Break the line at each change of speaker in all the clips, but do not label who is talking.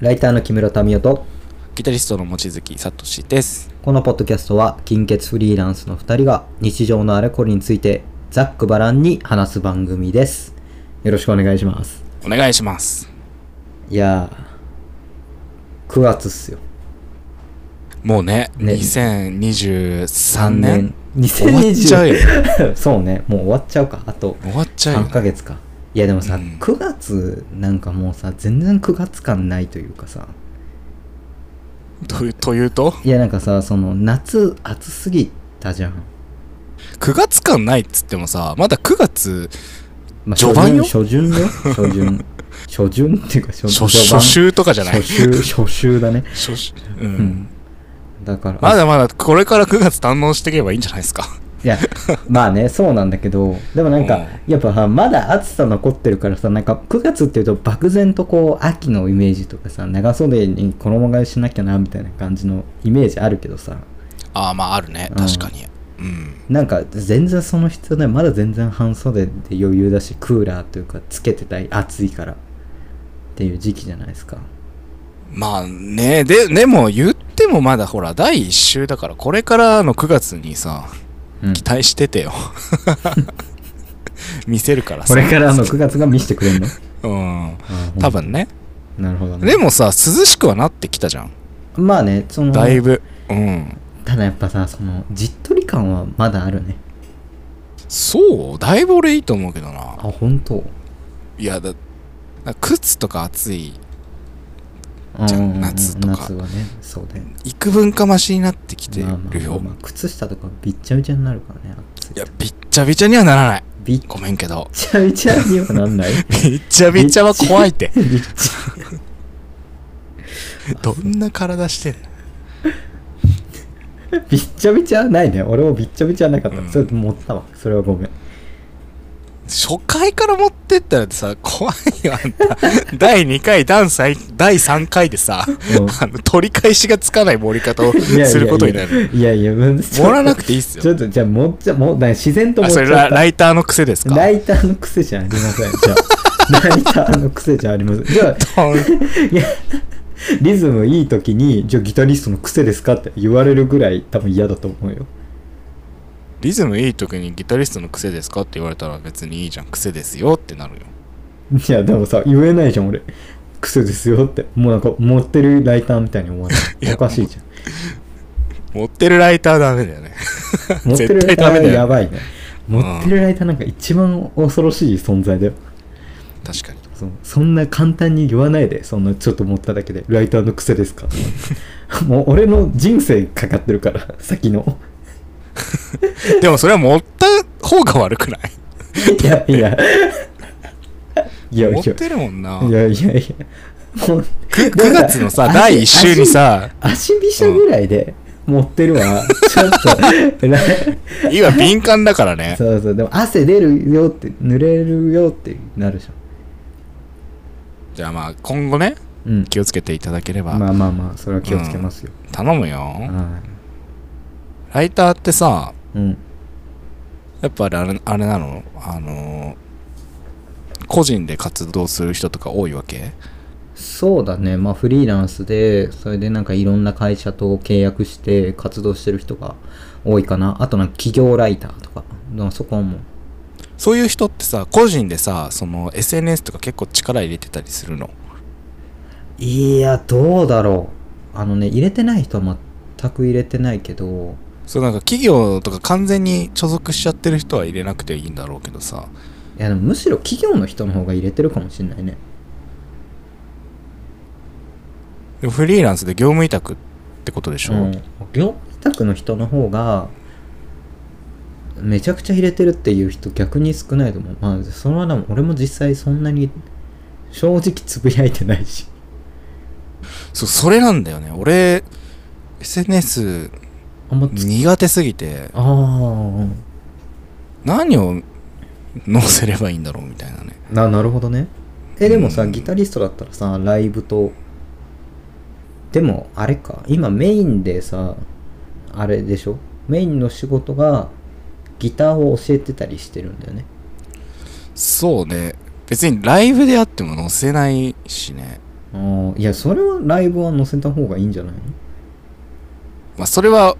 ライターの木村民夫と、
ギタリストの望月聡です。
このポッドキャストは、金欠フリーランスの2人が日常のあれこれについて、ざっくばらんに話す番組です。よろしくお願いします。
お願いします。
いやー、9月っすよ。
もうね、
ね
2023年終わっちゃう
2020
よ。
そうね、もう終わっちゃうか。あと
終わっちゃう
3。
よ
ヶ月か。いやでもさ、
うん
9月なんかもうさ、全然9月感ないというかさ、
というというと、
いやなんかさ、その夏暑すぎたじゃん。
9月間ないっつってもさ、まだ9月
まあ
序盤よ
初旬初旬 よ初旬。初旬っていうか初
初
序盤
初週とかじゃない
初週、初週だね。
初週、うん
んだから、
まだまだこれから9月堪能していけばいいんじゃないですか。
いや、まあね、そうなんだけど、でもなんか、
う
やっぱさ、まだ暑さ残ってるからさ、なんか9月っていうと漠然とこう、秋のイメージとかさ、長袖に衣替えしなきゃな、みたいな感じのイメージあるけどさ、
ああ、まああるね。
うん
確かに。うん。
なんか全然その必要ない、まだ全然半袖で余裕だし、クーラーというかつけてたい、暑いからっていう時期じゃないですか。
まあね、で、でも言ってもまだほら、第1週だから、これからの9月にさ、
うん
期待しててよ。 見せるからさ。
これからの9月が見せてくれるの
うん。
あー
多分ね。
なるほどね。
でもさ、涼しくはなってきたじゃん。
まあね、その、
だいぶ。うん。
ただやっぱさ、その、じっとり感はまだあるね。
そうだいぶ俺いいと思うけどな
あ、。本当
いや、だ、だ靴とか暑い。
うん
じゃあ
うんうん
夏とか
夏はね、そうだよ。
幾分かマシになってきて
まあま
る
あ
よ
ま。あ、靴下とかびっちゃびちゃになるからね、暑い
いや、びっちゃびちゃにはならない。
びっ
ごめんけど。
ちゃびちゃにはなんない
びっちゃびちゃは怖 いって。
びっちゃ
どんな体してんの
びっちゃびちゃはないね。俺もびっちゃびちゃはなかった。
うん
それ持ったわ。それはご めん。
初回から持ってったらってさ、怖いよ、あんた。第2回、第3回でさ、
うん
あの取り返しがつかない盛り方を
いやいやいや
することになる。
いやいや、う んちょっ
盛
と
らなくていいっす
ちょ
よ。
っとじゃあ持っちゃ、もう、だから自然と持っ
あ、
ち
そ
ゃ
れ
った。
ラライターの癖ですか
ライターの癖じゃありません。じゃ あ、ライターの癖じゃありません。じゃあ、いや、リズムいい時に、じゃあギタリストの癖ですかって言われるぐらい多分嫌だと思うよ。
リズムいい時にギタリストの癖ですかって言われたら別にいいじゃん。癖ですよってなるよ。
いや、でもさ、言えないじゃん、俺。癖ですよって。もうなんか、持ってるライターみたいに思わない。
や
おかしいじゃん。
持ってるライターダメだよね。
持ってるライ タ
絶対ダメ
ー
だよ
やばいね。持ってるライターなんか一番恐ろしい存在だよ。
確かに。
そそんな簡単に言わないで、そんなちょっと持っただけで、ライターの癖です かもう俺の人生かかってるから、先の。
でもそれは持った方が悪くない
いやいや。いやい
持
や
っ。てるもんな。
い
9
やいやいや。もう
月のさ、第1週に。さ、
足足びしゃぐらいで持ってるわ。ちょっと。ら
今敏感だからね。
そうそう。でも汗出るよって、濡れるよってなるじ
じゃあまあ今後ね、
ゃん。うん。
気をつけていただければ。
まあまあまあ、それは気をつけますよ。
頼むよ、
は
ライターってさ、
い。うん。
やっぱりあれあれなのあのー個人で活動する人とか多いわけ
そうだね。まあフリーランスで、それでなんかいろんな会社と契約して活動してる人が多いかな。あとなんか企業ライターとか。でもそこも。
そういう人ってさ、個人でさ、その SNS とか結構力入れてたりするの。
いや、どうだろう。あのね、入れてない人は全く入れてないけど、
そうなんか企業とか完全に所属しちゃってる人は入れなくていいんだろうけどさ。
いやでもむしろ企業の人の方が入れてるかもしれないね。
でもフリーランスで業務委託ってことでしょ、
うん業務委託の人の方が、めちゃくちゃ入れてるっていう人逆に少ないと思う。まあ、そのはでも俺も実際そんなに正直つぶやいてないし。
そう、それなんだよね。俺、SNS
あんまつ、
苦手すぎて、
ああ、
何を載せればいいんだろうみたいなね。
な、なるほどね。え、でもさ、
うん
ギタリストだったらさ、ライブと、でも、あれか、今メインでさ、あれでしょメインの仕事が、ギターを教えてたりしてるんだよね。
そうね。別にライブであっても載せないしね。
あーいやそれはライブは載せた方がいいんじゃない
まあ、それは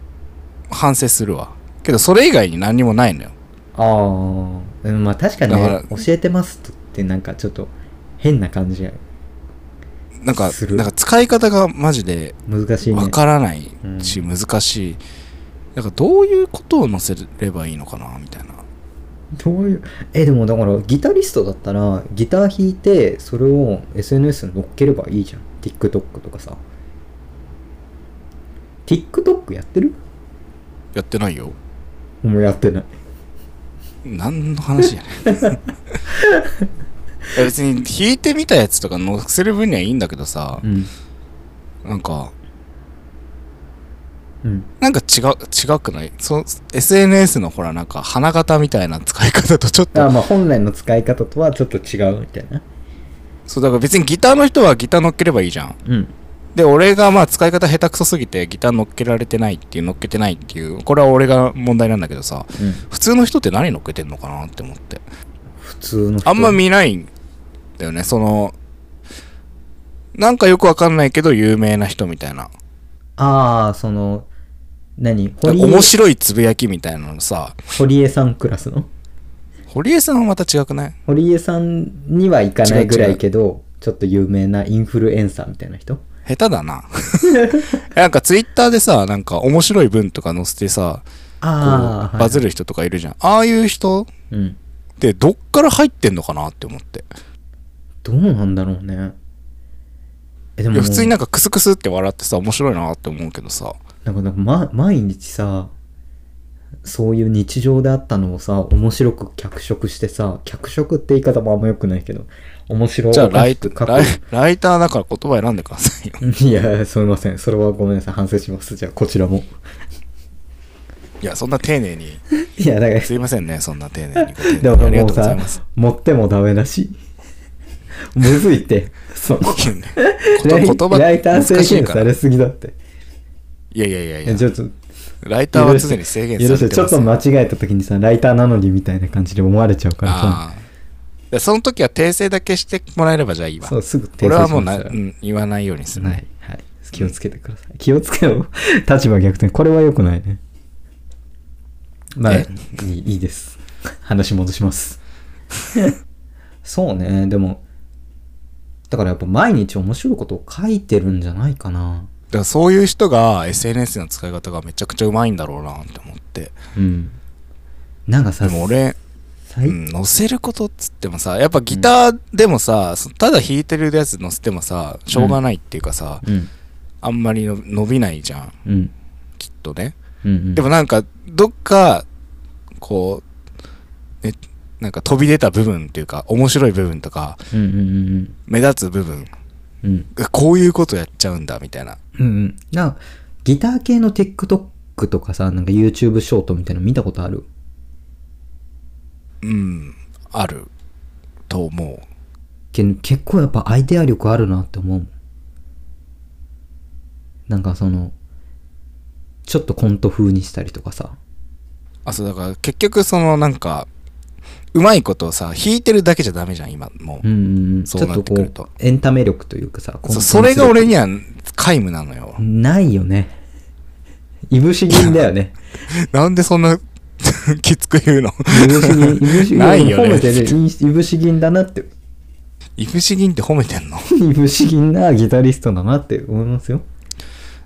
反省するわ。けど、それ以外に何にもないのよ。
ああまあ確かに、
だから
ね、教えてますってなんかちょっと変な感じが
なんか、
する
なんか使い方がマジで
難しいね
わからないし、
う
難しい。なんか、どういうことを載せればいいのかな、みたいな。
どういうえでもだからギタリストだったらギター弾いてそれを SNS に載っければいいじゃん TikTok とかさ TikTok やってる
やってないよ。
もうやってない
何の話や ねんいや別に弾いてみたやつとか載せる分にはいいんだけどさ
う、ん
なんか、
うん
なんか違う、違くないそ ?SNS のほらなんか花形みたいな使い方とちょっ
あ
と、
まあ本来の使い方とはちょっと違うみたいな
そうだから別にギターの人はギター乗っければいいじゃん。
うん
で、俺がまあ使い方下手くそすぎてギター乗っけられてないっていう、乗っけてないっていう、これは俺が問題なんだけどさ、
うん
普通の人って何乗っけてんのかなって思って。
普通の人
あんま見ないんだよね、その、なんかよくわかんないけど有名な人みたいな。
ああその何堀江
面白いつぶやきみたいなのさ、
堀江さんクラスの
堀江さんはまた違くない
堀江さんにはいかないぐらいけどちょっと有名なインフルエンサーみたいな人
下手だな。 なんかツイッターでさ、なんか面白い文とか載せてさ、こう
ああ
バズ
る、
る人とかいるじゃん。ああいう人っ
はいうん
てどっから入ってんのかなって思って。
どうなんだろうねえで
いや普通に
な
なんんかクスクスって笑ってさ、面白いなって思うけどさ、
かなんか、ま、毎日さそういう日常であったのをさ面白く脚色してさ脚色って言い方もあんま良くないけど面白
じゃあ
おか
ライ
しく書く
ライライターだから言葉選んでくださいよ。
いやすみませんそれはごめんなさい反省しますじゃあこちらも
いや、そんな丁寧に。
いやだから
す いませんね、そんな丁寧にご丁寧に。
でも
ありが
も
と
う
うござい
さ
ます。
持ってもダメだ しむずいってそう
言
ライ
葉
ライター制
難しい
限
か
さ
ら。
れ
い
すぎだって
やいやいやい
いや
や
ち。ょっと
ライターは常に制限さ
許
れ
しててちょっ
ます
と
よ。
間違えた時にさライターなのにみたいな感じで思われちゃうからさ
ああでその時は訂正だけしてもらえればじゃあいいわ
そ。うすぐ訂
俺
正
は
し
もう
ま
な、
す
う
から
ん、言わないようにする。
はい、はい、気をつけてください、気をつけよ立場逆転これは良くないねまあい
え
いいいです話戻しますそうねでもだからやっぱ毎日面白いことを書いてるんじゃないかな
だからそういう人が SNS の使い方がめちゃくちゃうまいんだろうなって思って。
うんなんかさ
でも俺、
最
うん、載せることっつってもさ、やっぱギターでもさ、そただ弾いてるやつ載せてもさ、しょうがないっていうかさ、
うん
あんまりの伸びないじゃん、
うん
きっとね。
うんうん
でもなんか、どっか、こう、ね、なんか飛び出た部分っていうか、面白い部分とか、
うんうんうん
目立つ部分、
うんうん
こういうことやっちゃうんだ、みたいな。
うんうん。なんかギター系の TikTok とかさ、なんか YouTube ショートみたいなの見たことある
うん、ある、と思
けど結構やっぱアイデア力あるなって思うもん。なんかその、ちょっとコント風にしたりとかさ。
う。あ、そう、だから結局そのなんか、うまいことをさ、弾いてるだけじゃダメじゃん、今、も
う
う。
んうん。ち
そ
ょ
う
っ
なって
と
くる
ことう、エンタメ力というかさ、コンテ
そ
ンツ
それが俺に
力
は皆無なのよ。
ないよね。いぶし銀だよね。
なんでそんな、 きつく言うの
いぶし銀、 いぶし銀。
ないよね
褒めてるいいぶし銀だなって。
いぶし銀って褒めてんの
いぶし銀なギタリストだなって思いますよ。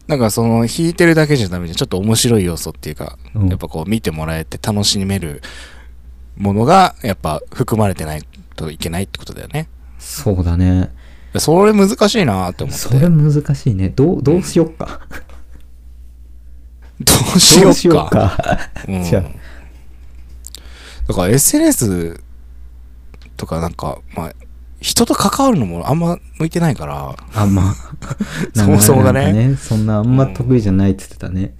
なんかその弾いてるだけじゃダメじゃんちょっと面白い要素っていうか、
うん
やっぱこう見てもらえて楽しめるものがやっぱ含まれてないといけないってことだよね
そうだね。
それ難しいなって思って
それ難しいね。どう、どうしよっか。
どう しよ
ど
う
う
か
しよっか。
うん、
じゃあ
だから SNS とかなんかまあ人と関わるのもあんま向いてないから
あ、まあ。
そもそもがね
なんかそんなあんま得意じゃないって言ってたね。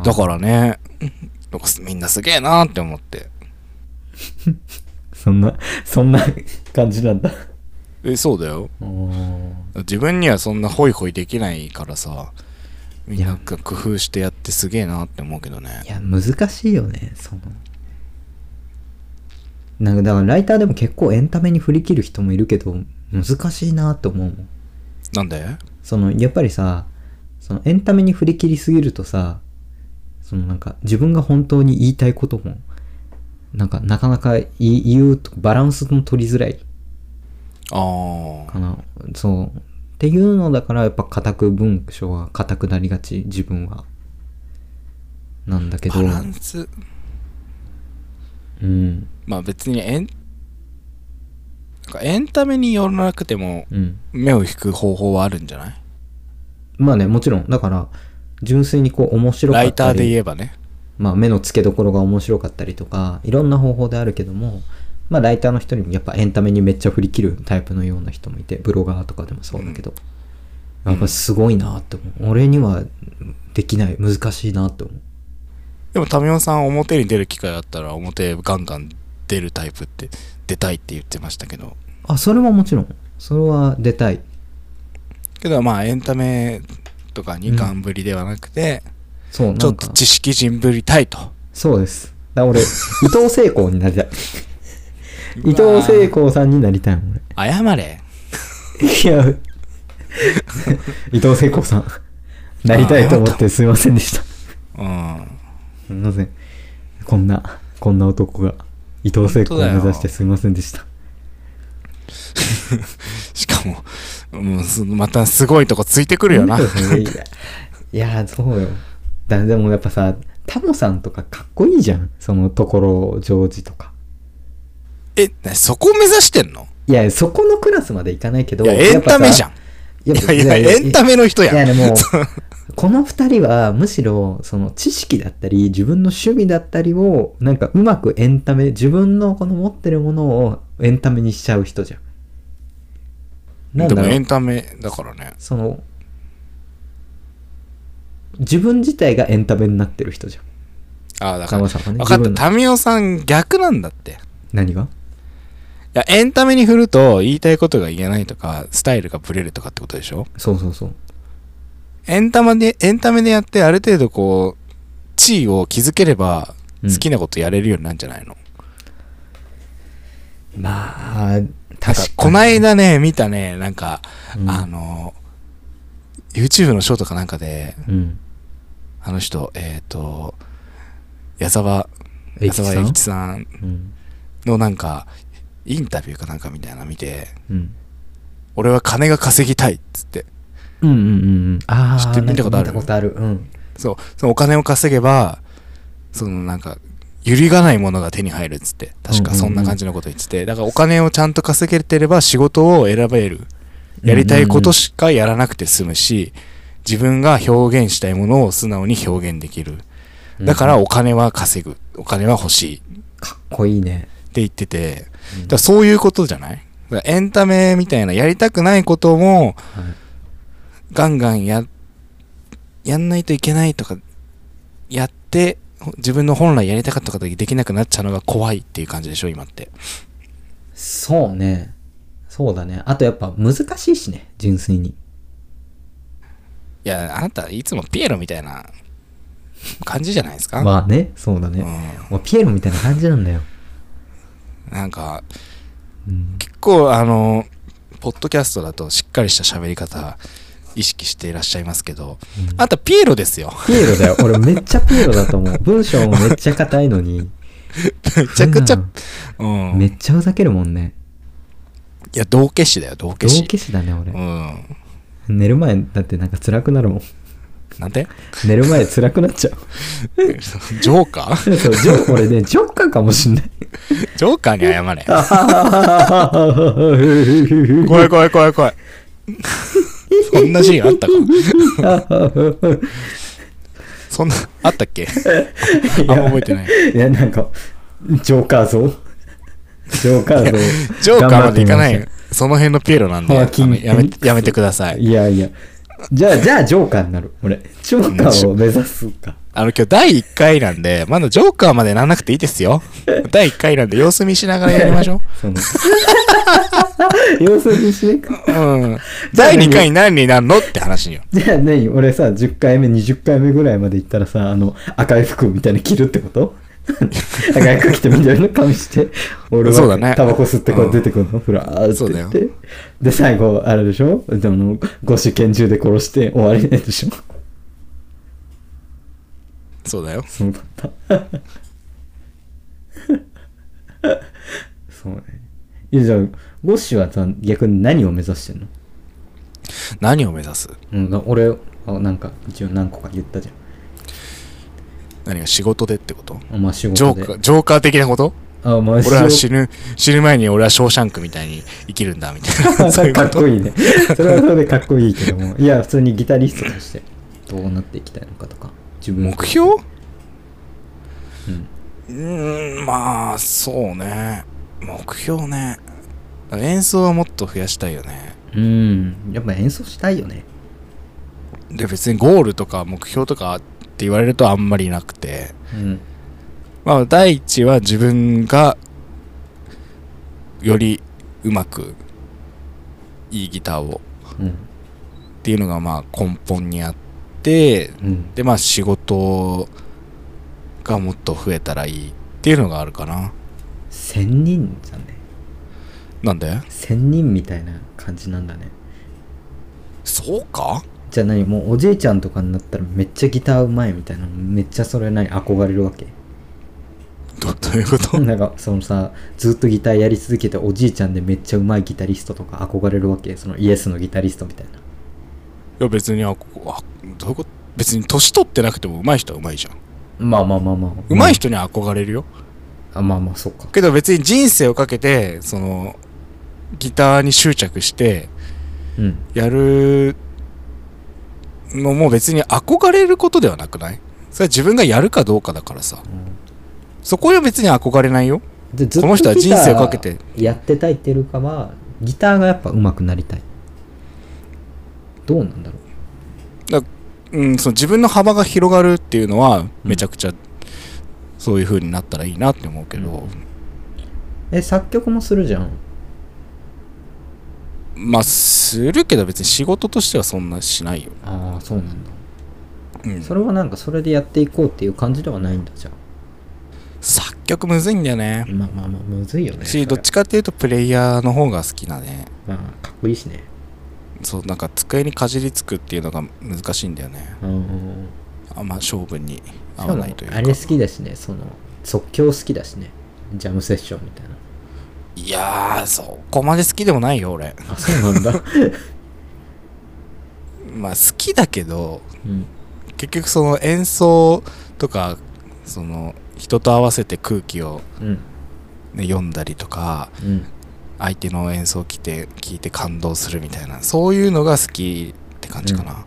あ
だからねなんかみんなすげえなって思って
そんな、そんな感じなんだ。
えそうだよ
おー
自分にはそんなホイホイできないからさみん
い
な
や
が工夫してやってすげえなって思うけどね
いや、難しいよね、その。なんか、だからライターでも結構エンタメに振り切る人もいるけど、難しいなと思うもん
なんで
そのやっぱりさそのエンタメに振り切りすぎるとさそのなんか自分が本当に言いたいこともなんかなかなか言い言うとバランスも取りづらい
ああ
かなそうっていうのだからやっぱ固く文章は固くなりがち自分はなんだけど
バランス
うん
まあ別にエンなんかエンタメによらなくても
うん
目を引く方法はあるんじゃない
まあねもちろんだから純粋にこう面白か
ラ
っ
イタ
た
ーで
り
言えばね
まあ、目の付けどころが面白かったりとかいろんな方法であるけども、まあ、ライターの人にもやっぱエンタメにめっちゃ振り切るタイプのような人もいてブロガーとかでもそうだけど、
うん
やっぱすごいなって思う俺にはできない難しいなって思う
でも民生さん表に出る機会あったら表ガンガン出るタイプって出たいって言ってましたけど
あそれはもちろんそれは出たい
けどまあエンタメとかにガンぶりではなくて、
そうなんか
ちょっと知識人ぶりたいと
そうですだ から俺伊藤聖光になりたい伊藤聖光さんになりたいもん俺
謝れ
いや 伊藤聖光さんなりたいと思ってすいませんでした
うん
すみません。こんな、こんな男が、伊藤聖子を目指してすみませんでした。
しかも、うん、すまたすごいとこついてくるよな
本当ですねい や、いやそうよ。だでもやっぱさ、タモさんとかかっこいいじゃん。そのところ、ジョージとか。
えなそこを目指してんの
いや、そこのクラスまでいかないけど、
いやエンタメじゃん
やっぱさ。
いやいやエンタメの人
いや
やん
で もこの2人はむしろその知識だったり自分の趣味だったりをなんかうまくエンタメ自分のこの持ってるものをエンタメにしちゃう人じゃん。なん
で
だ
も
ろ
エ
う
ンタメだからね
その自分自体がエンタメになってる人じゃん。
ああだか
川
ら
さんはね。
分か
自分
っ
の
た民生さん逆なんだってい
何が
やエンタメに振ると言いたいことが言えないとかスタイルがブレるとかってことでしょ
そうそうそう。
エンタメでエンタメでやってある程度こう地位を築ければ
うん
好きなことやれるようになるんじゃないの、
まあ、
なんかこないだね見たねなんか、
うん
あの YouTube のショートかなんかで
うん。
あの人えっ、と矢沢
エイ
矢
キ
沢
さ
永
ん
吉さん
うん。
のなんかインタビューかなんかみたいなの見て
うん。
俺は金が稼ぎたいっつって
うんうんうんうん。ああ、
知ってる見たことある
なんか見たことある。うん。
そうそのお金を稼げばそのなんか揺りがないものが手に入るっつって確かそんな感じのこと言ってて、だからお金をちゃんと稼げてれば仕事を選べるやりたいことしかやらなくて済むし自分が表現したいものを素直に表現できるだからお金は稼ぐお金は欲しいって
かっこいいね。
言っててだからそういうことじゃないだからエンタメみたいなやりたくないことも
はい
ガンガンややんないといけないとかやってほ自分の本来やりたかったことができなくなっちゃうのが怖いっていう感じでしょ今って
そうね。そうだね。あとやっぱ難しいしね、純粋に。
いやあなたいつもピエロみたいな感じじゃないですか、
まあね、そうだ
う
ね。
ん、
もうピエロみたいな感じなんだよ。
なんか
うん、
結構あのポッドキャストだとしっかりした喋り方意識していらっしゃいますけど、あんたピエロです よ
ピエロだよ。俺めっちゃピエロだと思う。文章もめっちゃ硬いのに。
めちゃ くちゃ、
う
うんん、
め
い
っちゃふざけるもんね。
や道化師だよ道化
同
師
化師だね、
う
俺。
ん
寝る前だってなんか辛くなるもん。
なんて
寝る前辛くなっちゃう。
ジョーカー
そうジョ俺ね、ジョッカーかもしんない。
ジョーカーに謝れ
こ
怖い怖い怖い怖い。そんなシーンあったかそんな、あったっけあんま覚えてない。
いや、なんか、ジョーカー像ジョーカー像。
ジョーカーまでいかな
頑張
い
って。
その辺のピエロなんで、
ハ
あ
ーキン
のやめやめてくださ
みましょう
い。
いやいや。じゃあ、じゃあ、ジョーカーになる。俺、ジョーカーを目指すか。
あの、今日第1回なんで、まだジョーカーまでならなくていいですよ。第1回なんで、様子見しながらやりましょ
その 様子見しね。
う。うん。第2回何になるのって話よ。
じゃあ何俺さ、10回目、20回目ぐらいまで行ったらさ、あの、赤い服みたいに着るってこと 赤く着て緑の髪して、俺
そうだね
はタバコ吸ってこう出てくるの、ふらーって言っ
そう
て。で、最後、あれでしょでも、五種拳銃で殺して終わりでしょ
そうだよ
そうだった。 そうね。いやじゃあ、ゴッシュはさ、逆に何を目指してんの
何を目指す
うん、な俺、あなんか、一応何個か言ったじ
何が仕事でってこと
ゃん。あまあ、仕
ジョ
事で。
ーカージョーカー的なこと
あ、まあ、
俺は
仕
死ぬ死ぬ前に俺はショーシャンクみたいに生きるんだみたいな
事
そういう こ
かっ
と
こいいね。それはそれでかっこいいけども。いや、普通にギタリストとして、どうなっていきたいのかとか。自分
目標
うん。
うーんまあそうね目標ね演奏はもっと増やしたいよね
うん。やっぱ演奏したいよね。
で別にゴールとか目標とかって言われるとあんまりなくて
うん。
まあ第一は自分がよりうまくいいギターを
うん。
っていうのがまあ根本にあって
うん。
でまあ仕事がもっと増えたらいいっていうのがあるかな
千人じゃんね。
なんで
千人みたいな感じなんだね。
そうか
じゃあ何もうおじいちゃんとかになったらめっちゃギターうまいみたいなのめっちゃそれ何憧れる わけ
ど どういうこと
なんかそのさずっとギターやり続けておじいちゃんでめっちゃうまいギタリストとか憧れるわけそのイエスのギタリストみたいない
や別にあここあどういうこと別に年取ってなくても上手い人は上手いじゃん
まあまあまあまあ
上手い人には憧れるよ
あまあまあそうか
けど別に人生をかけてそのギターに執着して
うん
やるのも別に憧れることではなくないそれは自分がやるかどうかだからさそこには別に憧れないよ
でずっ
この人は人生をかけて
ギターやってたいっていうよりかはギターがやっぱ上手くなりたいどうなんだろ
うん、その自分の幅が広がるっていうのはめちゃくちゃそういう風になったらいいなって思うけど、
うえ作曲もするじゃん
まあするけど別に仕事としてはそんなしないよ、
ああそうなんだ
うん、
それはなんかそれでやっていこうっていう感じではないんだじゃあ
作曲むずいんだよね
まあまあまあむずいよねそれ
しどっちかっていうとプレイヤーの方が好きなね
まあかっこいいしね
そうなんか机にかじりつくっていうのが難しいんだよね
うんうん
あんま勝負に
し
合
か
わ
も
ないというか
あれ好きだしねその即興好きだしねジャムセッションみたいない
やーそこまで好きでもないよ俺
あそうなんだ
まあ好きだけど
うん
結局その演奏とかその人と合わせて空気を、
うん
ね、読んだりとか
うん
相手の演奏を聞いて聞いて感動するみたいなそういうのが好きって感じかな、だか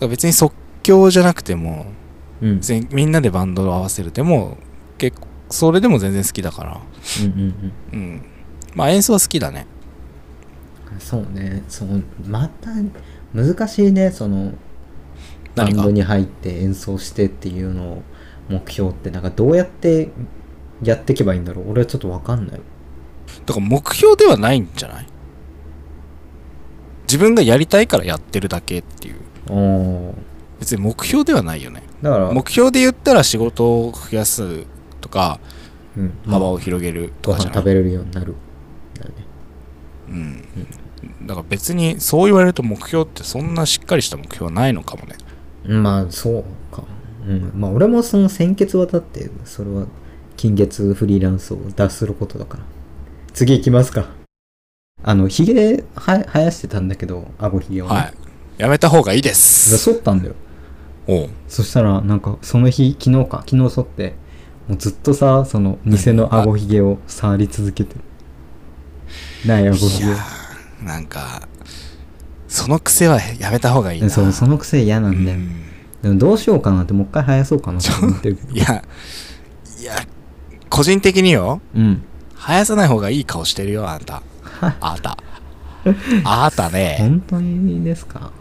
ら別に即興じゃなくても
うんうん
別にみんなでバンドを合わせるでも結構それでも全然好きだから
うんうん
うんまあ演奏は好きだね
そうねそうまた難しいねそのバ
何
ン
が
ドに入って演奏してっていうのを目標ってなんかどうやってやっていけばいいんだろう俺はちょっとわかんない
だから目標ではないんじゃない自分がやりたいからやってるだけっていう
おー
別に目標ではないよね
だから
目標で言ったら仕事を増やすとか
うんまあ
幅を広げると
ご
か
飯
じゃない、
食べれるようになるだよね
うんだから別にそう言われると目標ってそんなしっかりした目標はないのかもね
まあそうか、うん、まあ俺もその先月はだってそれは金月フリーランスを脱することだから次行きますかあのひげは生やしてたんだけど顎ひげをね、
はいやめた方がいいで
で、
す
剃ったんだよ
おう
そしたらなんかその日昨日か昨日剃ってもうずっとさその偽の顎ひげを触り続けてるない顎ひ
い
げ
やーなんかその癖はやめた方がいいな
そうそのくせ嫌な
うん
だよ、
ん
でもどうしようかなってもう一回生やそうかなって思ってるけど
いやいや個人的によ
うん
生やさない方がいい顔してるよあん たあんたあんたね
本当にですか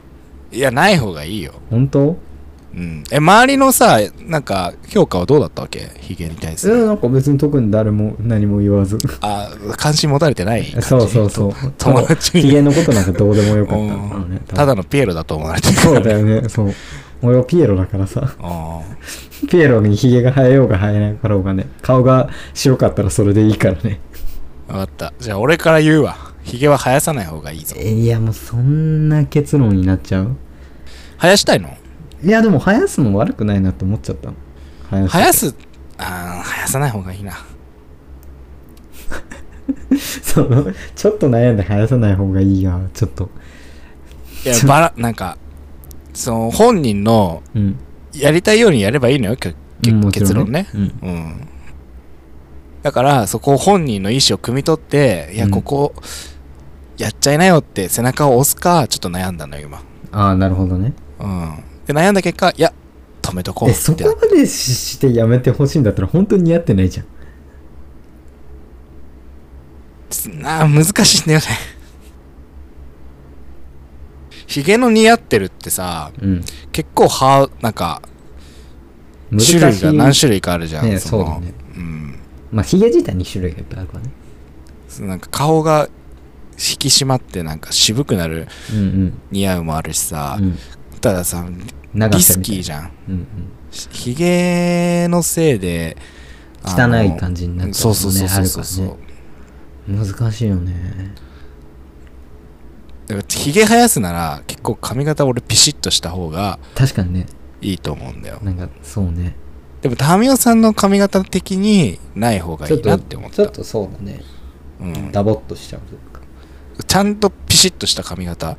いやない方がいいよ
本当
うん、え周りのさなんか評価はどうだったわけヒゲに対す
え
る
なんか別に特に誰も何も言わず
あ関心持たれてない感じ
そうそうそう
友達
ひげのことなんかどうでもよかった
う
の
ん
ね
ただのピエロだと思われてる
そうだよねそう俺はピエロだからさ。
あ
ピエロにヒゲが生えようが生えないかろうがね、顔が白かったらそれでいいからね。
あ分かったじゃあ俺から言うわヒゲは生やさない方がいいぞ
えいや、もうそんな結論になっちゃう
生やしたいの
いや、でも生やすのも悪くないなって思っちゃったの。生や
生やすあー生やさない方がいいな
す。 その、ちょっと悩んで生やさない方がいいや、ちょっと。
いやバラなんかその本人の
うん。
やりたいようにやればいいのよけけ
うんもちろん
結論ね
うん。
うんだからそこを本人の意思を汲み取っていや
うん
ここ、やっちゃいなよって背中を押すかちょっと悩んだのよ今
ああ、なるほどね。
うんで悩んだ結果いや止めとこう
え、
っ
そ
て
こまでししてやめてほしいんだったら本当に似合ってないじゃん。
なあ難しいんだよね ヒゲの似合ってるってさ
うん。
結構はなんか
難しい
種類が何種類かあるじゃん、
ね
の
そうだね
うん
まあ、ヒゲ自体に種類がいっぱいあるからね。
そのなんか顔が引き締まってなんか渋くなる
うんうん。
似合うもあるしさ、
うん、
たださ
長
リ
さ
ス
みた
キ
い
ー
な。
じゃん
うんうん、
ひげのせいであの
汚い感じになっちゃ
そうう
も
そうん
ね
そ
あ
う
る
そ
か
う
ら
そう、
ね難しいよね
だからひげ生やすなら結構髪型俺ピシッとした方が
確かにね
いいと思うんだよ
なんかそうね
でもタミオさんの髪型的にない方がいいなって思った
ちょっとそうだね
うん、
ダボっとしちゃうというか
ちゃんとピシッとした髪型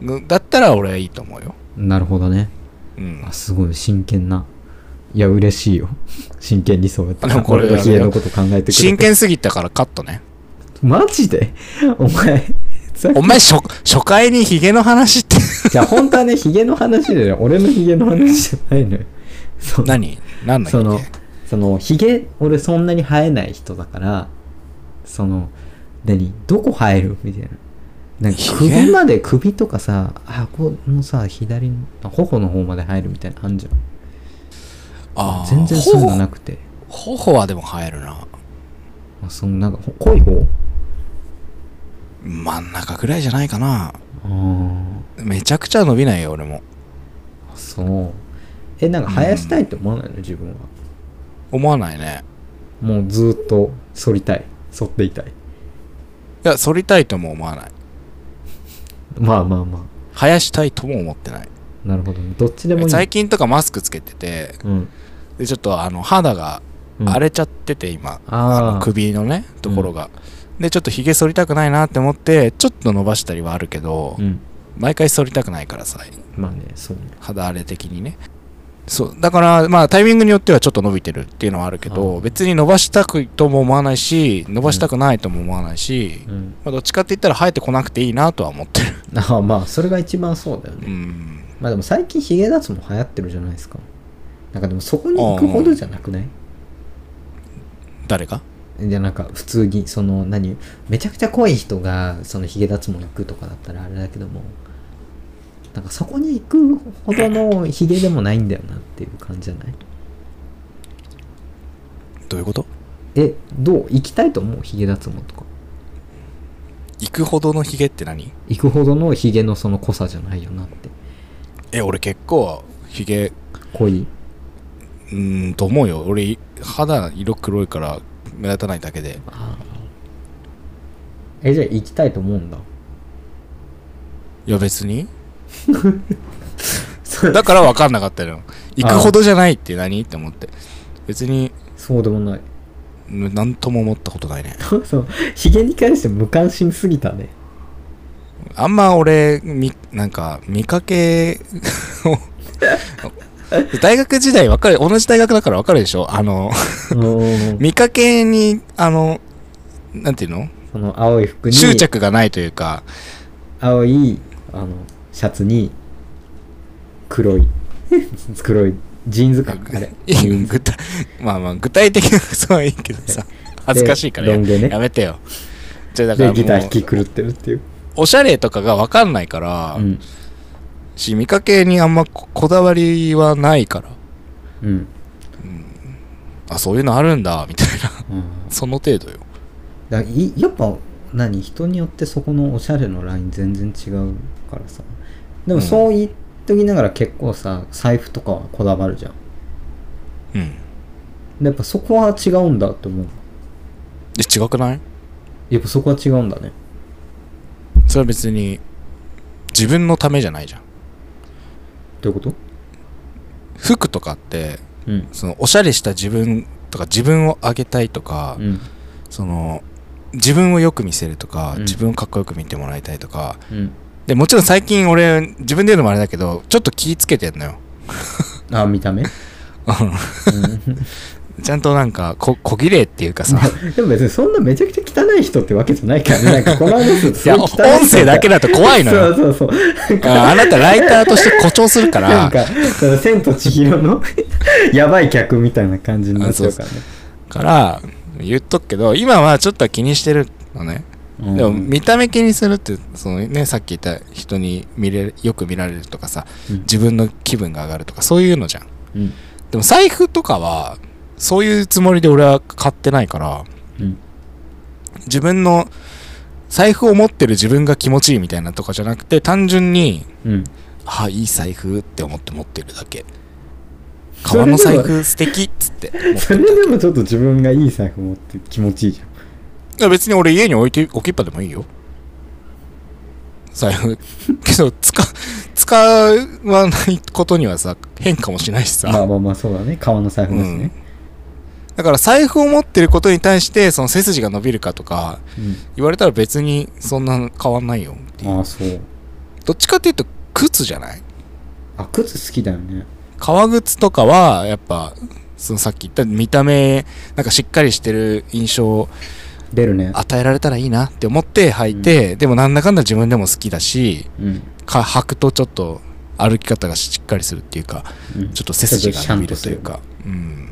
う
だったら俺はいいと思うよ、
んなるほどね
うん
あ、すごい真剣ないや嬉しいよ 真剣にそうやって
でもこれ
俺とヒエのこと考えてくれて
真剣すぎたからカットね
マジで お前さっき
お前初初回にヒゲの話って
じゃあ本当はねヒゲの話でね俺のヒゲの話じゃないのよそう
何何の
その
ヒゲ
そのひげ俺そんなに生えない人だからその何どこ生えるみたいななんか
ひげ
首まで首とかさあこのさ左のあ頬の方まで生えるみたいなのあんじゃん
あー
全然そういうのなくて
頬頬はでも生えるな
あそのなんかほ濃い方
真ん中ぐらいじゃないかな
あ
めちゃくちゃ伸びないよ俺も
あそうえなんか生やしたいって思わないの自分は
思わないね
もうずーっと剃りたい剃っていたい
いや剃りたいとも思わない
まあまあま
生やしたいとも思ってない
あなるほどねどっちでもいい
最近とかマスクつけてて
うん、
でちょっとあの肌が
うん、
荒れちゃってて今、あ
あ
の
あ
首のねところが、でちょっとひげ剃りたくないなって思ってちょっと伸ばしたりはあるけど、
うん
毎回剃りたくないからさ
まあねそうね
肌荒れ的にねそうだからまあタイミングによってはちょっと伸びてるっていうのはあるけ
あ
ど
ー
別に伸ばしたくとも思わないし伸ばしたくないとも思わないし、
うん
まあ、どっちかって言ったら生えてこなくていいなとは思ってる
ああまあそれが一番そうだよ
う
ね、
ん
まあでも最近ヒゲ脱毛流行ってるじゃないですかなんかでもそこに行くほどじゃなくない
誰か
じゃなんか普通にその何めちゃくちゃ濃い人がそのヒゲ脱毛行くとかだったらあれだけどもなんかそこに行くほどのヒゲでもないんだよなっていう感じじゃない
どういうこと
えどう行きたいと思うヒゲ脱毛とか
行くほどのヒゲって何
行くほどのヒゲのその濃さじゃないよなって
え俺結構ヒゲ
濃いう
ーんと思うよ俺肌色黒いから目立たないだけで
あーえじゃあ行きたいと思うんだ
いや別にだから分かんなかったのよ行くほどじゃないって何って思って別に
そうでもない
うん何とも思ったことないね
そう、ヒゲに関して無関心すぎた ね。
あんま俺みなんか見かけ大学時代わかる同じ大学だから分かるでしょあの見かけにあのなんていうの
その青い服に、
執着がないというか
青い、あの、シャツに、黒 い、黒い、ジーンズか、あれ。
いや 具体まあまあ具体的な嘘はいいけど さ恥ずかしいから
ロン毛ね
ややめてよじゃあだか
で、
ら
ギター弾
も
き
う
狂ってるっていう。
おしゃれとかが分かんないから、
うん。
し見かけにあんまここだわりはないから
うん。
あそういうのあるんだみたいな
うん
その程度よ
だからいやっぱ、何人によってそこのおしゃれのライン全然違うからさ。でもそう言っときながら結構さ財布とかはこだわるじゃん
うん。
でやっぱそこは違うんだって思う
え、違くない
やっぱそこは違うんだね
それは別に、自分のためじゃないじゃん。
どういうこと
服とかって、
うん
その、おしゃれした自分とか、自分をあげたいとか、
うん
その、自分をよく見せるとか、
うん
自分をかっこよく見てもらいたいとか、
うん
で、もちろん最近俺、自分で言うのもあれだけど、ちょっと気ぃつけてんのよ。
あ見た目、う
うん
ん
ちゃんとなんか、こ、小綺麗っていうかさ、
でも別にそんなめちゃくちゃ汚い人ってわけじゃないからねなんかこの話
い
す
や、
ごい汚い人
音
って
声だけだと怖いのよ。
そうそうそう
ああなたライターとして誇張するか
な
ら
ん、かその「千と千尋」の やばい客みたいな感じになっちゃうからね
から、言っとくけど、今はちょっとは気にしてるのね。
うん
でも、見た目気にするって、そのね、さっき言った人に見れる、よく見られるとかさ、
うん
自分の気分が上がるとか、そういうのじゃん。
うん
でも、財布とかは、そういうつもりで俺は買ってないから、
うん
自分の、財布を持ってる自分が気持ちいいみたいなとかじゃなくて、単純に、
うん
あ、いい財布って思って持ってるだ け。革の財布素敵っつって持って
そ
るだけ。
れでもちょっと自分がいい財布持って気持ちいいじゃん
いや別に俺家に置いて、置きっぱでもいいよ。財布。 けど、使、使わないことにはさ、変化もしないしさ。
まあまあまあそうだね革の財布ですね、
だから財布を持ってることに対して、その背筋が伸びるかとか、言われたら別にそんな変わんないよって
う
い
ん、あ
う。
あそう
どっちかっていうと、靴じゃない
あ靴好きだよね
革靴とかは、やっぱ、そのさっき言った見た目、なんかしっかりしてる印象を
出るね
与えられたらいいなって思って履いて、でもなんだかんだ自分でも好きだし、
うん
か履くとちょっと歩き方がしっかりするっていうか
うん
ちょっと背筋が伸びるという
ち
かうん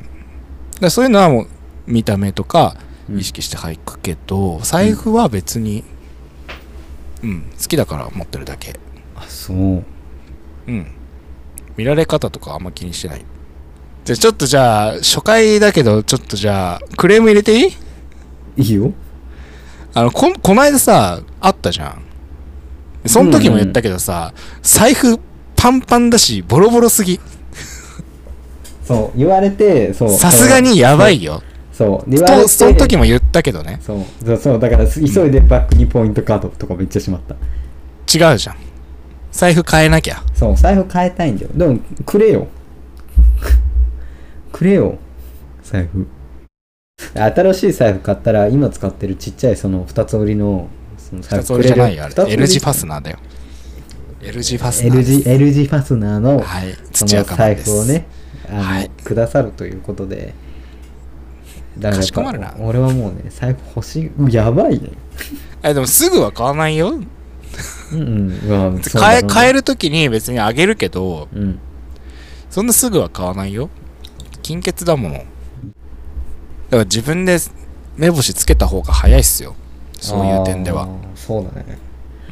だからそういうのはもう見た目とか
うん
意識して履くけど、財布は別にうん好きだから持ってるだけ
あそう
うん見られ方とかあんま気にしてないじゃあちょっとじゃあ初回だけどちょっとじゃあクレーム入れていい
いいよ
あのここの間さあったじゃんその時も言ったけどさ、財布パンパンだしボロボロすぎ
そう言われてそう
さすがにやばいよ。
そう言われて
と、その時も言ったけどね。
そうそうそうだからす急いでバッグにポイントカードとかめっちゃしまった、
違うじゃん。財布変えなきゃ。
そう財布変えたいんだよでもくれよ くれよ財布新しい財布買ったら今使ってるちっちゃいその2つ折りのその
二
財
つ折りじゃないよ、あ
二
れ。
つ折り
L 字ファスナーだよ。L 字ファスナーです。
LG, LG ファスナーの
はい。
そ
土
の
屋かま
財
です。
布をね、あの
はい
くださるということでだ
かしこまるな
やっぱ俺はもうね財布欲しいうんやばいね
え、でもすぐは買わないよ。
うんうんうわそうだ
変え、
な
変える時に別にあげるけど、
うん
そんなすぐは買わないよ。金欠だもの。だから自分で目星つけた方が早いっすよ。そういう点で
あ
は。
ーそうだね、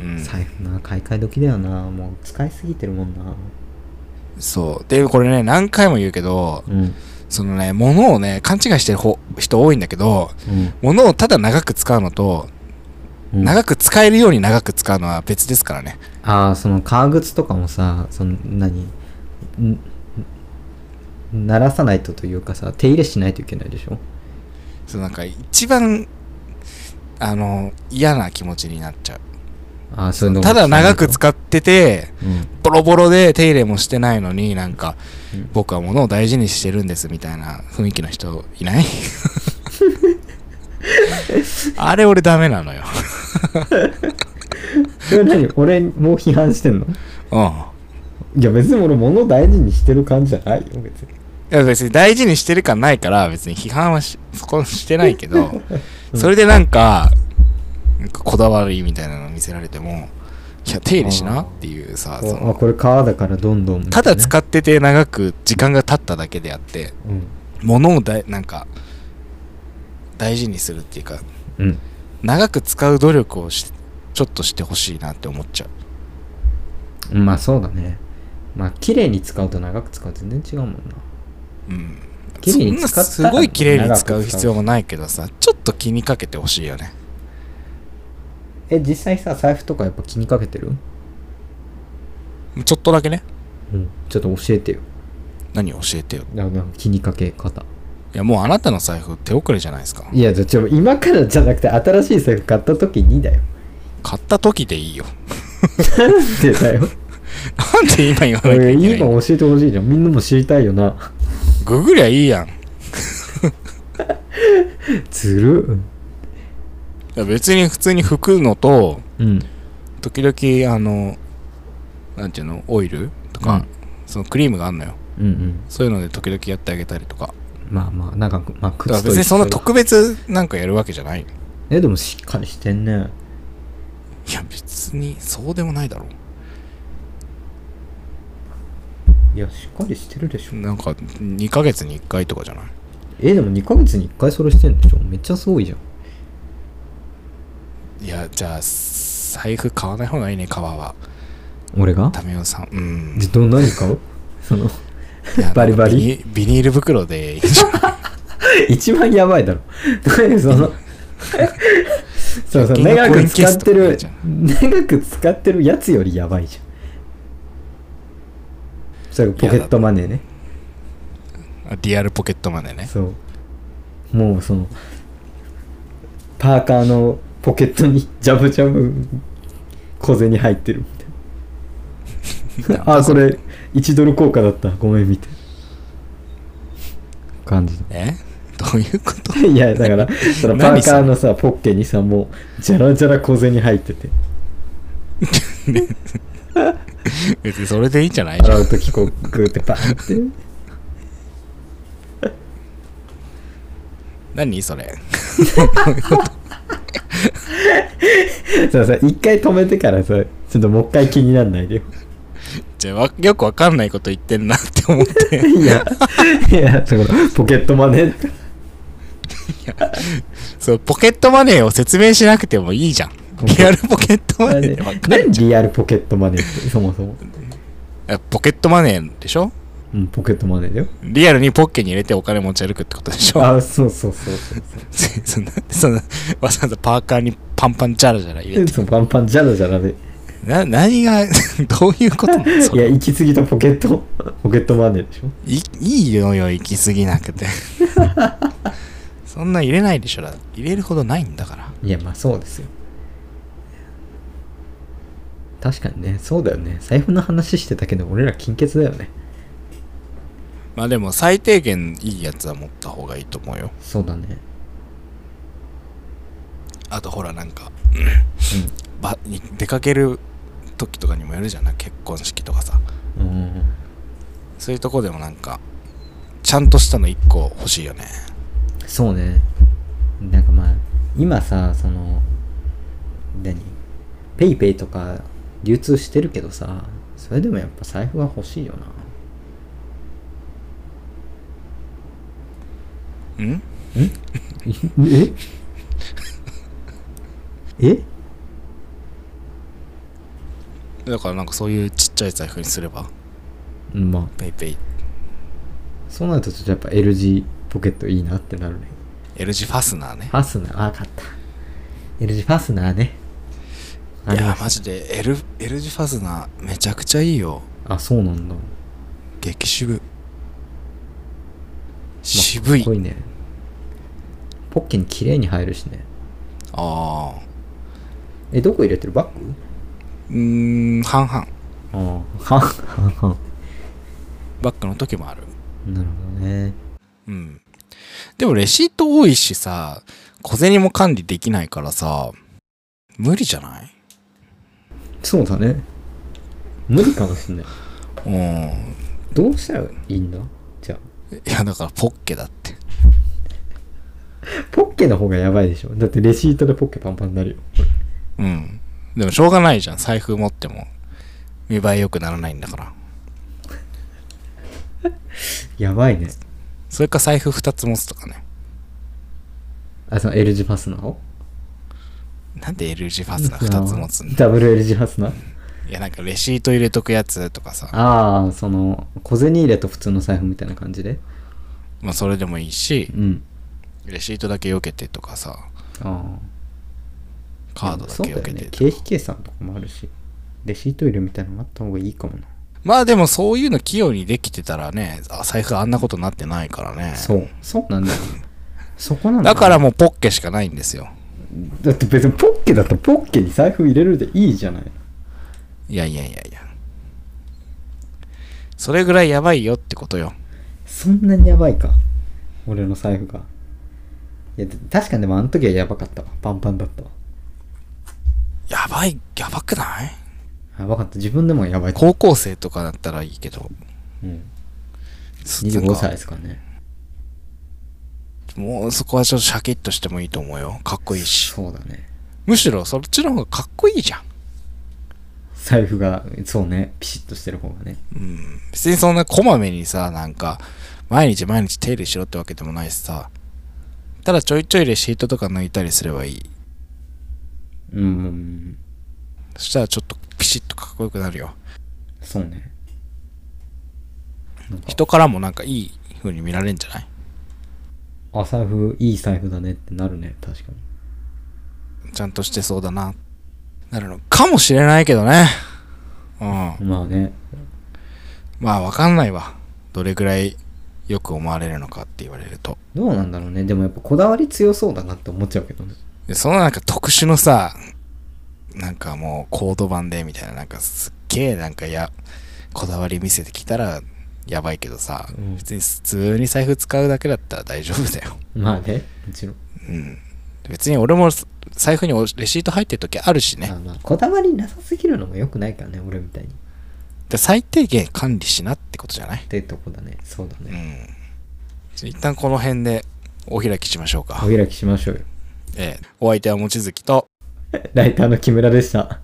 うん。
財布な買い替え時だよなもう使いすぎてるもんな
そう。で、これね、何回も言うけど、
うん
そのね、物をね、勘違いしてる方人多いんだけど、
うん
物をただ長く使うのと、
うん
長く使えるように長く使うのは別ですからね。
ああその革靴とかもさその何んん鳴らさないとというかさ手入れしないといけないでしょ
そうなんか一番、あの、嫌な気持ちになっちゃう。
ああそういうの
ただ長く使ってて、
うん
ボロボロで手入れもしてないのになんか
うん、
僕は物を大事にしてるんですみたいな雰囲気の人いない あれ俺ダメなのよ。
それ何俺もう批判してんの
うん。
いや別に俺物大事にしてる感じじゃないよ別に
いや別に大事にしてる感ないから別に批判はしそこしてないけど、 それでなんかなんかこだわりみたいなの見せられてもいや手入れしなっていうさそ
あ
の
これ革だからどんどん、
ただ使
っ
ってて長く時間が経っただけであって
うん
物をだいなんか大事にするっていうか
うん
長く使う努力をしちょっとしてほしいなって思っちゃう
まあそうだね。まあ綺麗に使うと長く使うと全然違うもんな。
うん
綺麗に使ったら
そんなすごい綺麗に使う必要
長く使う
もないけどさちょっと気にかけてほしいよね
え、実際さ、財布とかやっぱ気にかけてる
ちょっとだけね
うん、ちょっと教えてよ
何教えてよ
あの気にかけ方
いやもうあなたの財布手遅れじゃないですか
いやじゃあちょ今からじゃなくて新しい財布買った時にだよ
買った時でいいよ
なんでだ よ
なんで今言わなきゃいけ
今
ないの
教えてほしいじゃんみんなも知りたいよな
ググりゃいいやんい
ずる
や別に普通に拭くのと
うん
時々あのなんていうのオイルとか、そのクリームがあんのよ
うんうん
そういうので時々やってあげたりとか
まあまあなんか、まあ、
だから
靴と
別にそんな
一緒
特別なんかやるわけじゃないい
えでもしっかりしてんね
や別にそうでもないだろ
いやしっかりしてるでしょ
なんか2ヶ月に1回とかじゃない
えでも2ヶ月に1回それしてんでしょめっちゃすごいじゃん
いやじゃあ財布買わない方がいいね革は
俺が
タメオさんうん
でど何買うその
いや
バリバリ
ビニビニール袋でいいじゃん
一番やばいだろ何 そ のそうそう長く使ってる長く使ってるやつよりやばいじゃんそれがポケットマネーね
リアルポケットマネーね
そうもうそのパーカーのポケットにジャブジャブ小銭入ってるみたいなあーこれ1ドル効果だったごめんみたいな感じ
えどういうこと
いやだからそのパ
何
ー
そ
カ
れ
ーのさポッケにさもうジャラジャラ小銭入ってて
別にそれでいいんじゃない
洗う時こうグーってパーンって
何それ
そうさ一回止めてからさちょっともう一回気になんないでよ
じゃあわよくわかんないこと言ってんなって思って
いや いやだからポケットマネー
そうポケットマネーを説明しなくてもいいじゃんリアルポケットマネーでわか
なん
る
でリアルポケットマネーってそもそも、
あポケットマネーでしょ
うん、ポケットマネーだよ
リアルにポッケに入れてお金持ち歩くってことでしょ
あそうそうそうそう
そんな、そんな、わざわざパーカーにパンパンチャラチャラ入 れて。
そうパンパンジャラジャラで
な、何が、 どういう ことなのそ
いや
れ。
行き過ぎたポケットポケットマネーでしょ
いいいよよ、行き過ぎなくて。そんな入れないでしょ。だ入れるほどないんだから。
いやまあそうですよ確かにねそうだよね財布の話してたけど俺ら金欠だよね
まあでも最低限いいやつは持った方がいいと思うよ。
そうだね
あとほらなんか、ばに出かける時とかにもやるじゃんない結婚式とかさ。
うん
そういうとこでもなんか、ちゃんとしたの1個欲しいよね。
そうねなんかまあ今さその何ペイペイとか流通してるけどさそれでもやっぱ財布は欲しいよなんえ え
だからなんかそういうちっちゃい財布にすれば、
まあ
ペイペイ
そうなるとちょっとやっぱ L g ポケットいいなってなるね
L 字ファスナーね
ファスナーあ買った L g ファスナーねあ
い
り
や
ま
ー
す
マジで L, L 字ファスナーめちゃくちゃいいよ
あそうなんだ、まあ
激渋渋い
かっこいいねポッケに綺麗に入るしね
ああ
えどこ入れてるバッグ
うーん半々
ああははは
バッグの時もある
なるほどね
うんでもレシート多いしさ小銭も管理できないからさ無理じゃない
そうだね無理かもしんない
うん
どうしたらいいんだじゃあ
いやだからポッケだって
ポッケの方がやばいでしょだってレシートでポッケパンパンになるよ
うんでもしょうがないじゃん財布持っても見栄え良くならないんだから
やばいね
それか財布2つ持つとかね
あその L 字ファスナーを
なんで L 字ファスナー2つ持つんだ
ダブル L 字ファスナー
いやなんかレシート入れとくやつとかさ
ああその小銭入れと普通の財布みたいな感じで
まあそれでもいいし
うん
レシートだけ避けてとかさ
ああ
カードだけ避
そ
け
うだ
て
よね
とか
経費計算とかもあるしレシート入れみたいなのもあった方がいいかもな
まあでもそういうの器用にできてたらね、あ財布あんなことになってないからね。
そうそうなんだよ そこなんだ
だからもうポッケしかないんですよ。
だって別にポッケだったらポッケに財布入れるでいいじゃない
いやいやいやいや。それぐらいやばいよってことよ。
そんなにやばいか俺の財布がいや確かにでもあの時はやばかったわパンパンだったわ
やばい、やばくない
やばかった自分でもやばいと思
高校生とかだったらいいけど。
う、うん、
そ
25
な
歳
んか
ですかね
もうそこはちょっとシャキッとしてもいいと思うよ。かっこいいし。
そうだね
むしろそっちの方がかっこいいじゃん。
財布がそうねピシッとしてる方がね
うん。別にそんなこまめにさ、なんか、毎日毎日手入れしろってわけでもないしさ。ただちょいちょいレシートとか抜いたりすればいい。
うん
そしたらちょっとピシッとかっこよくなるよ。
そうねなんか
人からもなんかいい風に見られるんじゃない
あ財布いい財布だねってなるね確かに
ちゃんとしてそうだな。なるのかもしれないけどね。うん。
まあね
まあわかんないわ。どれぐらいよく思われるのかって言われると。
どうなんだろうねでもやっぱこだわり強そうだなって思っちゃうけどね
で、そのなんか特殊のさ、なんかもうコード版でみたいな、なんかすっげえなんかや、こだわり見せてきたらやばいけどさ、
うん
別に普通に財布使うだけだったら大丈夫だよ。
まあねもちろん、
うん。別に俺も財布におレシート入ってる時あるしね
まあ。まあこだわりなさすぎるのも良くないからね俺みたいにっ
で最低限管理しなってことじゃない
てとこだねそうだ
う
ね
ん。じゃあ一旦この辺でお開きしましょうか
お。開きしましょうよ
ええお相手は望月と、
ライターの木村でした